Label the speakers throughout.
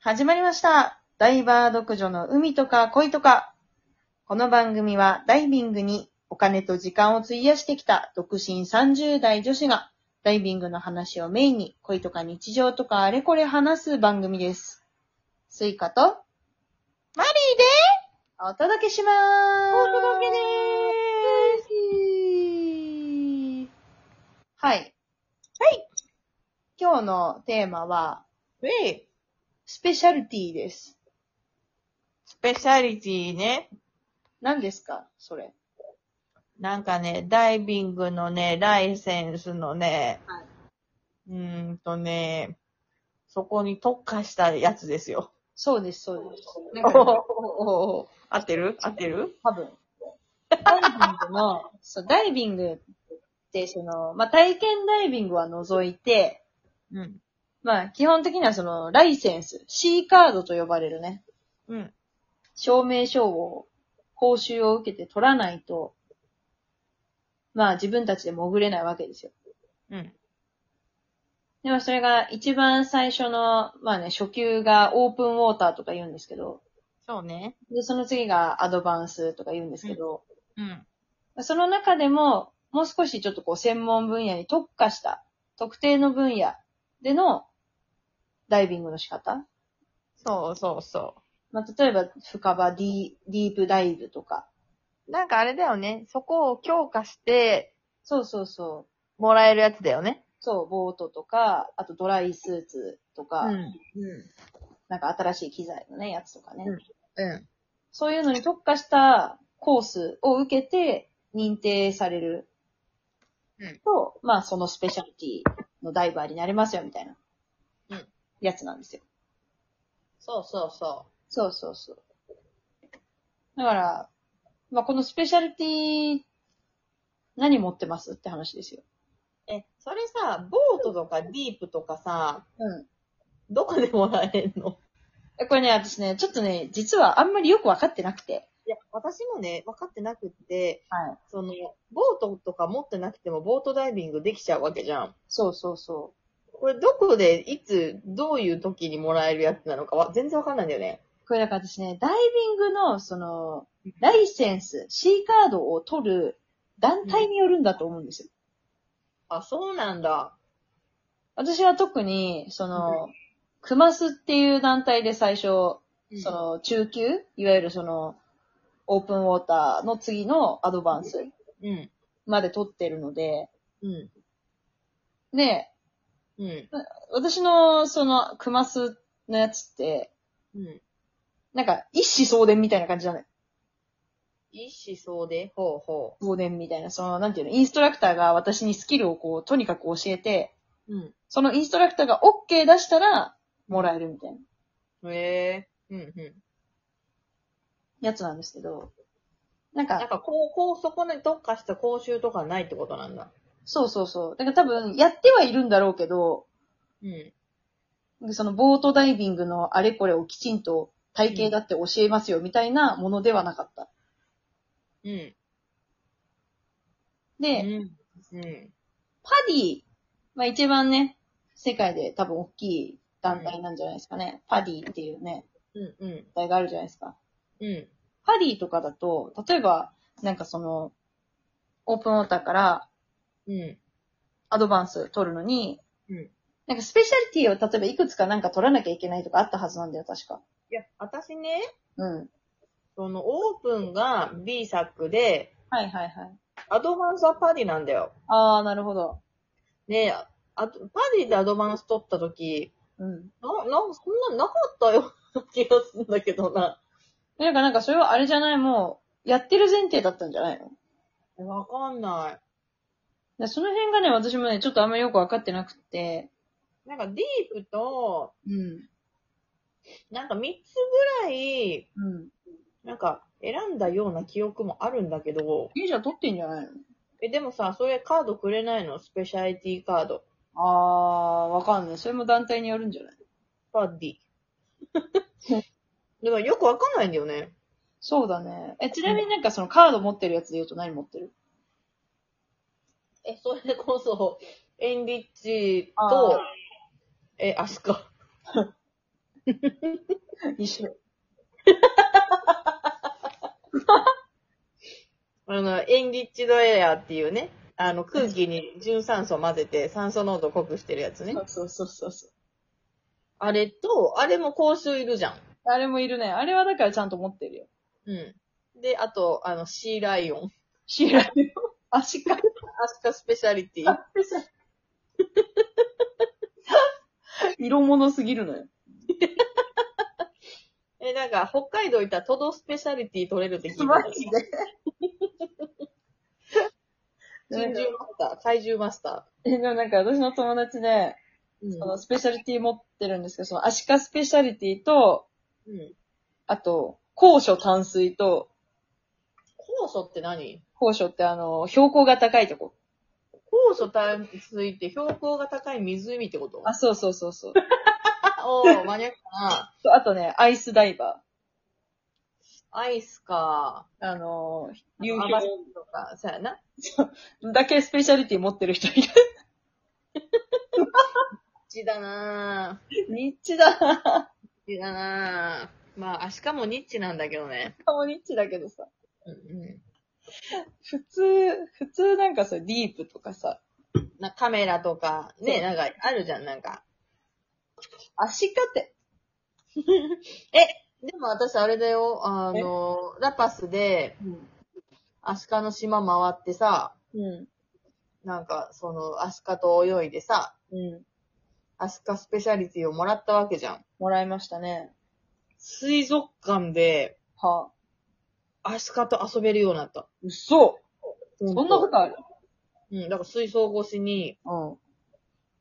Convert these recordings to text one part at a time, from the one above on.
Speaker 1: 始まりました。ダイバー独女の海とか恋とか。この番組はダイビングにお金と時間を費やしてきた独身30代女子がダイビングの話をメインに恋とか日常とかあれこれ話す番組です。スイカとマリーでお届けしまーす。
Speaker 2: お届けで
Speaker 1: ーす。はい。はい。今日のテーマは、
Speaker 2: ウェイ
Speaker 1: スペシャルティーです。
Speaker 2: スペシャリティね。
Speaker 1: 何ですかそれ。
Speaker 2: なんかね、ダイビングのね、ライセンスのね、
Speaker 1: はいう
Speaker 2: ーんとね、そこに特化したやつですよ。
Speaker 1: そうです、そうです。な
Speaker 2: お
Speaker 1: んかね、
Speaker 2: おお合ってる合ってる
Speaker 1: 多分。ダイビングの、 そう、ダイビングって、その、まあ、体験ダイビングは除いて、
Speaker 2: うん。
Speaker 1: まあ、基本的にはその、ライセンス、C カードと呼ばれるね、
Speaker 2: うん。
Speaker 1: 証明書を、講習を受けて取らないと、まあ、自分たちで潜れないわけですよ。
Speaker 2: うん。
Speaker 1: でもそれが一番最初の、まあね、初級がオープンウォーターとか言うんですけど、
Speaker 2: そうね。
Speaker 1: で、その次がアドバンスとか言うんですけど、
Speaker 2: うん。
Speaker 1: その中でも、もう少しちょっとこう専門分野に特化した、特定の分野でのダイビングの仕方。
Speaker 2: そうそうそ
Speaker 1: まあ、例えば、深場ディディープダイブとか。
Speaker 2: う。なんかあれだよね、そこを強化して
Speaker 1: そうそうそう。
Speaker 2: もらえるやつだよね。
Speaker 1: そう、ボートとか、あとドライスーツとか、
Speaker 2: う
Speaker 1: なんか新しい機材のね、やつとかね。
Speaker 2: うんん。う
Speaker 1: そういうのに特化したコースを受けて認定される
Speaker 2: うん
Speaker 1: と、まあそのスペシャリティのダイバーになれますよみたいな
Speaker 2: うん
Speaker 1: やつなんですよ。
Speaker 2: そうそうそ
Speaker 1: そうそうそう。だから、まあこのスペシャリティ何持ってますって話ですよ。
Speaker 2: う。え、それさ、ボートとかディープとかさ、
Speaker 1: うん。
Speaker 2: どこでもらえんの
Speaker 1: えこれね、私ね、ちょっとね、実はあんまりよくわかってなくて。
Speaker 2: いや、私もね、分かってなくって、
Speaker 1: はい。
Speaker 2: その、ボートとか持ってなくてもボートダイビングできちゃうわけじゃん。
Speaker 1: そうそうそ
Speaker 2: これどこで、いつ、どういう時にもらえるやつなのかは全然わかんないんだよね。
Speaker 1: う。これだから私ね、ダイビングの、その、ライセンス、C カードを取る団体によるんだと思うんですよ。
Speaker 2: あ、そうなんだ。
Speaker 1: 私は特に、その、クマスっていう団体で最初、そ
Speaker 2: そ
Speaker 1: の中級、いわゆるその、オープンウォーターの次のアドバンス
Speaker 2: の、うん。
Speaker 1: まで取ってるので、
Speaker 2: うん。
Speaker 1: で、
Speaker 2: うん。
Speaker 1: 私のその、クマスのやつって、
Speaker 2: うん。
Speaker 1: なんか、一子相伝みたいな感じじゃない
Speaker 2: 一子相で、ほうほ
Speaker 1: 相伝みたいな、その、なんていうの、インストラクターが私にスキルをこう、とにかく教えて、
Speaker 2: う。うん。
Speaker 1: そのインストラクターが OK 出したら、もらえるみたいな
Speaker 2: へえ。うんうん。
Speaker 1: やつなんですけど、なん
Speaker 2: なん
Speaker 1: か、
Speaker 2: か、こう、こう、そこに特化した講習とかないってことなんだ。
Speaker 1: そうそうそう。だから多分、やってはいるんだろうけど、
Speaker 2: うん。
Speaker 1: そのボートダイビングのあれこれをきちんと体系だって教えますよみたいなものではなかった。
Speaker 2: うん。う
Speaker 1: で、
Speaker 2: ん。うん。
Speaker 1: パディ、まあ一番ね、世界で多分大きい団体なんじゃないですかね。パディっていうね、
Speaker 2: うん。うん。
Speaker 1: 団体があるじゃないですか。
Speaker 2: うん。
Speaker 1: パディとかだと、例えば、なんかその、オープンウォーターから
Speaker 2: うん。
Speaker 1: アドバンス取るのに、
Speaker 2: うん
Speaker 1: なんかスペシャリティを例えばいくつかなんか取らなきゃいけないとかあったはずなんだよ、確か。
Speaker 2: いや、私ね、
Speaker 1: うん。
Speaker 2: そのオープンが B サックで、
Speaker 1: はいはいはい。
Speaker 2: アドバンスはパディなんだよ。
Speaker 1: あー、なるほど。
Speaker 2: で、ああとパディでアドバンス取った時、
Speaker 1: うん。
Speaker 2: な、な、そんななかったような 気がするんだけどな。
Speaker 1: なんかなんかそれはあれじゃない、もう、やってる前提だったんじゃないの
Speaker 2: わかんな
Speaker 1: でその辺がね、私もね、ちょっとあんまりよくわかってなくて。
Speaker 2: い。なんかディープと、
Speaker 1: うん。
Speaker 2: なんか3つぐらい、
Speaker 1: うん。
Speaker 2: なんか選んだような記憶もあるんだけど、
Speaker 1: いいじゃん、取ってんじゃないの
Speaker 2: え、でもさ、それカードくれないのスペシャリティカード。
Speaker 1: あー、わかんない。それも団体によるんじゃない
Speaker 2: パディ。 だからよくわかんないんだよね。
Speaker 1: そうだね。え、ちなみになんかそのカード持ってるやつで言うと何持ってる
Speaker 2: え、それこそ、エンリッチ
Speaker 1: あー
Speaker 2: と、え、アスカ。
Speaker 1: 一緒。
Speaker 2: あの、エンリッチドエアっていうね、あの、空気に純酸素混ぜて酸素濃度濃くしてるやつね。
Speaker 1: そうそうそうそう。
Speaker 2: あれと、あれも香水いるじゃん。
Speaker 1: あれもいるね。あれはだからちゃんと持ってるよ。
Speaker 2: うん。で、あと、あの、シーライオン。
Speaker 1: 知らんよ。足 か。
Speaker 2: アスカスペシャリティ。
Speaker 1: 色物すぎるのよ。
Speaker 2: え、なんか、北海道行ったらトドスペシャリティ取れるって聞いた。
Speaker 1: で。
Speaker 2: 珍獣マスター、怪獣マスタ
Speaker 1: え、でもなんか私の友達で、
Speaker 2: ー。
Speaker 1: そのスペシャリティ持ってるんですけど、そのアシカスペシャリティと、
Speaker 2: うん。
Speaker 1: あと、高所淡水と、
Speaker 2: 酵素って何
Speaker 1: 高所ってあの、標高が高いとこ。
Speaker 2: 酵素淡水って標高が高い湖ってこと
Speaker 1: あ、そうそうそう そう。
Speaker 2: おー、マニアックだな。
Speaker 1: とあとね、アイスダイバ
Speaker 2: アイスか。
Speaker 1: ー。あの、流
Speaker 2: ア
Speaker 1: 氷
Speaker 2: マゾンとか、そうやな。
Speaker 1: だけスペシャリティ持ってる人いる。
Speaker 2: ニッチだなぁ。
Speaker 1: ニッチ だな。
Speaker 2: ニッチだなぁ。まあ、アシカもニッチなんだけどね。
Speaker 1: かもニッチだけどさ。
Speaker 2: うんう
Speaker 1: 普通、普通なんかさ、ディープとかさ、
Speaker 2: ん。なカメラとか、
Speaker 1: そ
Speaker 2: ね、
Speaker 1: う
Speaker 2: なんか、あるじゃん、なんか。
Speaker 1: アシカっ て、
Speaker 2: でも私あれだよ、あの、ラパスで、
Speaker 1: うん。
Speaker 2: アシカの島回ってさ、
Speaker 1: う
Speaker 2: なんか、その、アシカと泳いでさ、
Speaker 1: ん。うん。
Speaker 2: アシカスペシャリティをもらったわけじゃん。
Speaker 1: もらいましたね。
Speaker 2: 水族館で、
Speaker 1: はあ。
Speaker 2: アシカと遊べるようになった。
Speaker 1: 嘘
Speaker 2: そ
Speaker 1: そんなことある
Speaker 2: うん、だから水槽越しに
Speaker 1: うん。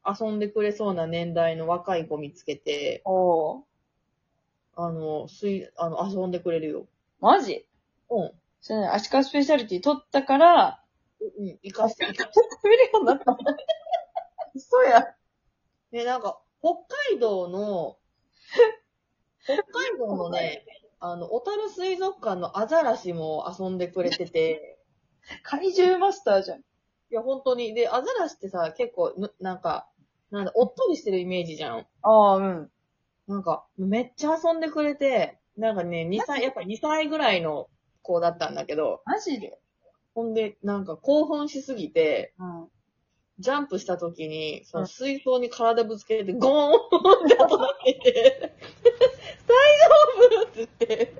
Speaker 2: 遊んでくれそうな年代の若い子見つけて、
Speaker 1: おー。
Speaker 2: あの、水、あの、遊んでくれるよ。
Speaker 1: マジ
Speaker 2: うん。
Speaker 1: それね、アシカスペシャリティ取ったから、
Speaker 2: うん、行かせて。
Speaker 1: 食べるようになったんだ。嘘や。
Speaker 2: ね、なんか、北海道の、北海道のね、あの、小樽水族館のアザラシも遊んでくれてて、
Speaker 1: 怪獣マスターじゃん。
Speaker 2: いや、本当に。で、アザラシってさ、結構、むなんか、なんだ、おっとりしてるイメージじゃん。
Speaker 1: ああ、うん。
Speaker 2: なんか、めっちゃ遊んでくれて、なんかね、2歳、やっぱ2歳ぐらいの子だったんだけど、
Speaker 1: マジで
Speaker 2: ほんで、なんか興奮しすぎて、
Speaker 1: うん。
Speaker 2: ジャンプした時に、そうの
Speaker 1: ん
Speaker 2: 水槽に体ぶつけて、ゴーンって音が出て、 大丈夫って言って。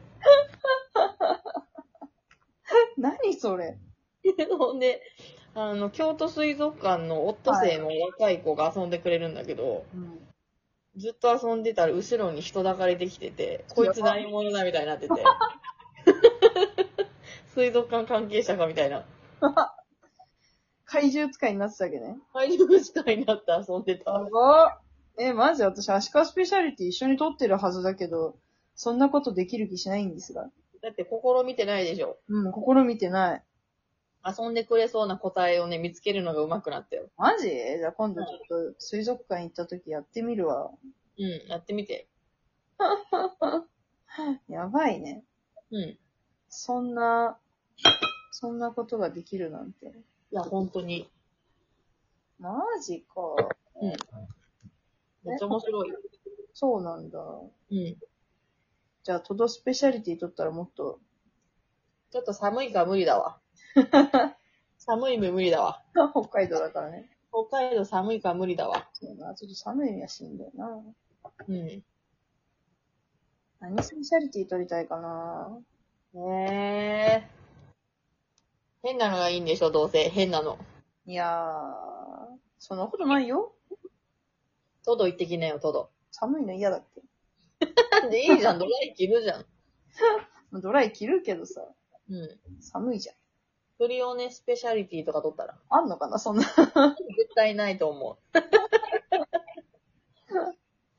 Speaker 1: 何それ
Speaker 2: ほんで、あの、京都水族館のオットセイも若い子が遊んでくれるんだけど、
Speaker 1: うん。
Speaker 2: ずっと遊んでたら後ろに人だかりできてて、こいつ何者だみたいになってて。水族館関係者かみたいな。
Speaker 1: 怪獣使いになってたわけね。
Speaker 2: 体力使いになって遊んで
Speaker 1: や
Speaker 2: た。
Speaker 1: ば。え、マジ私、アシカスペシャリティ一緒に撮ってるはずだけど、そんなことできる気しないんですが。
Speaker 2: だって心見てないでしょ。
Speaker 1: うん、試みてない。
Speaker 2: 遊んでくれそうな答えをね、見つけるのが上手くなったよ。
Speaker 1: マジじゃあ今度ちょっと水族館行った時やってみるわ。
Speaker 2: うん、やってみて。
Speaker 1: やばいね。
Speaker 2: うん。い
Speaker 1: そんな、そんなことができるなんて。
Speaker 2: や、本当に。
Speaker 1: マジか。
Speaker 2: めっちゃ面白い。
Speaker 1: そうなんだ。
Speaker 2: うん。
Speaker 1: じゃあ、トドスペシャリティ取ったらもっと、
Speaker 2: ちょっと寒いから無理だ わ。寒い目無理だわ。
Speaker 1: 北海道だからね。
Speaker 2: 北海道寒いから無理だわ。
Speaker 1: そうだな、ちょっと寒いのはしんだよな。
Speaker 2: うん。
Speaker 1: 何スペシャリティ取りたいかな。
Speaker 2: ねえ。変なのがいいんでしょ、どうせ。変なの。
Speaker 1: いやー、そんなことないよ。
Speaker 2: トド行ってきなよ、ト ド。
Speaker 1: 寒いの嫌だって。
Speaker 2: なんでいいじゃん、ドライ着るじゃん。
Speaker 1: まあドライ着るけどさ、
Speaker 2: うん。
Speaker 1: 寒いじゃん。
Speaker 2: 鳥をね、スペシャリティとか取ったら。
Speaker 1: あんのかな、そんな。
Speaker 2: 絶対ないと思 う。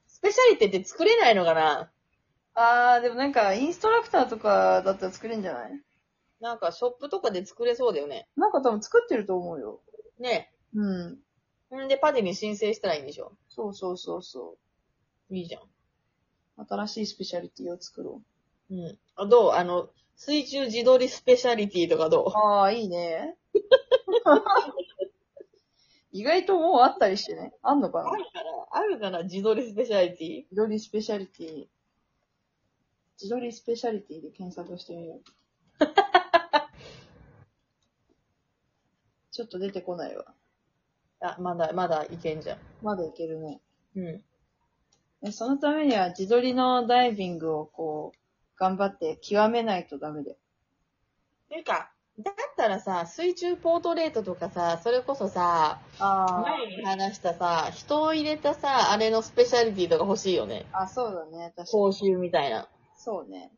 Speaker 2: スペシャリティって作れないのかな
Speaker 1: あー、でもなんか、インストラクターとかだったら作れんじゃない
Speaker 2: なんかショップとかで作れそうだよね。
Speaker 1: なんか多分作ってると思うよ。
Speaker 2: ね
Speaker 1: うん。
Speaker 2: え。んで、パディに申請したらいいんでしょ
Speaker 1: そうそうそうそ
Speaker 2: いいじゃん。
Speaker 1: う。新しいスペシャリティを作ろ
Speaker 2: うん。あ、どうあの、水中自撮りスペシャリティとかど
Speaker 1: う。あー、いいね。 意外ともうあったりしてね。あんのかな
Speaker 2: あるから、あるから自撮りスペシャリテ
Speaker 1: 自撮りスペシャリティ。自撮りスペシャリティで検索してみよう。 ちょっと出てこないわ。
Speaker 2: ィ。あ、まだ、まだいけんじゃん。
Speaker 1: まだいけるね。
Speaker 2: うん。
Speaker 1: えそのためには自撮りのダイビングをこう、頑張って極めないとダメで。
Speaker 2: ていうか、だったらさ、水中ポートレートとかさ、それこそさ、
Speaker 1: あ
Speaker 2: 前に話したさ、人を入れたさ、あれのスペシャリティとか欲しいよね。
Speaker 1: あ、そうだね。確かに。
Speaker 2: 報酬みたいな。
Speaker 1: そうね。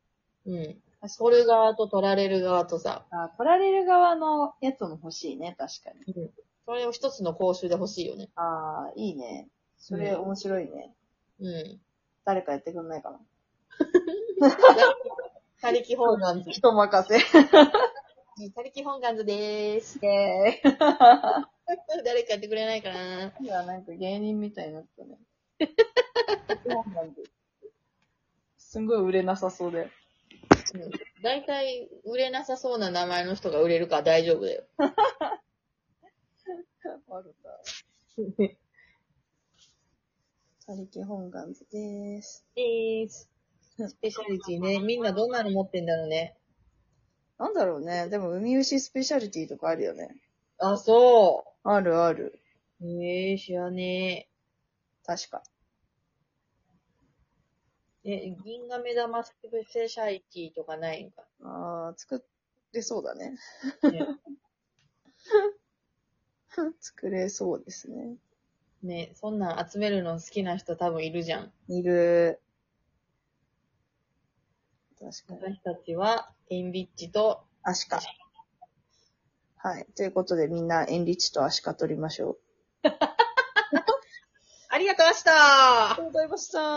Speaker 2: うん。
Speaker 1: 確かに
Speaker 2: 取る側と取られる側とさ、
Speaker 1: あ、取られる側のやつも欲しいね。確かに。
Speaker 2: それを一つの報酬で欲しいよね。
Speaker 1: ああ、いいね。それ
Speaker 2: うん
Speaker 1: 面白いね。
Speaker 2: うん。
Speaker 1: 誰かやってくんないかな。
Speaker 2: 他力本願図。
Speaker 1: 人任 せ。
Speaker 2: 他力本願図でーす。
Speaker 1: え
Speaker 2: 誰かやってくれないかな
Speaker 1: ーいや、なんか芸人みたいになったね。そうなんですすんごい売れなさそうで。
Speaker 2: 大体、売れなさそうな名前の人が売れるから大丈夫だよ。
Speaker 1: あるだ。他力本願寺でーす。
Speaker 2: でーす。スペシャリティね。みんなどんなの持ってんだろうね。
Speaker 1: なんだろうね。でも、海牛スペシャリティとかあるよね。
Speaker 2: あ、そ
Speaker 1: あるある。
Speaker 2: う。ええ知らね
Speaker 1: 確か。
Speaker 2: え。え、銀河目玉スペシャリティとかないんか。
Speaker 1: あー、作れそうだね。
Speaker 2: ね
Speaker 1: 作れそうですね。
Speaker 2: ねそんなん集めるの好きな人多分いるじゃん。
Speaker 1: いる。確かに。
Speaker 2: 私たちは、エンビッチと、
Speaker 1: アシカ。はい。ということで、みんな、エンリッチとアシカ取りましょう。
Speaker 2: ありがとうございました
Speaker 1: ありがとうございました。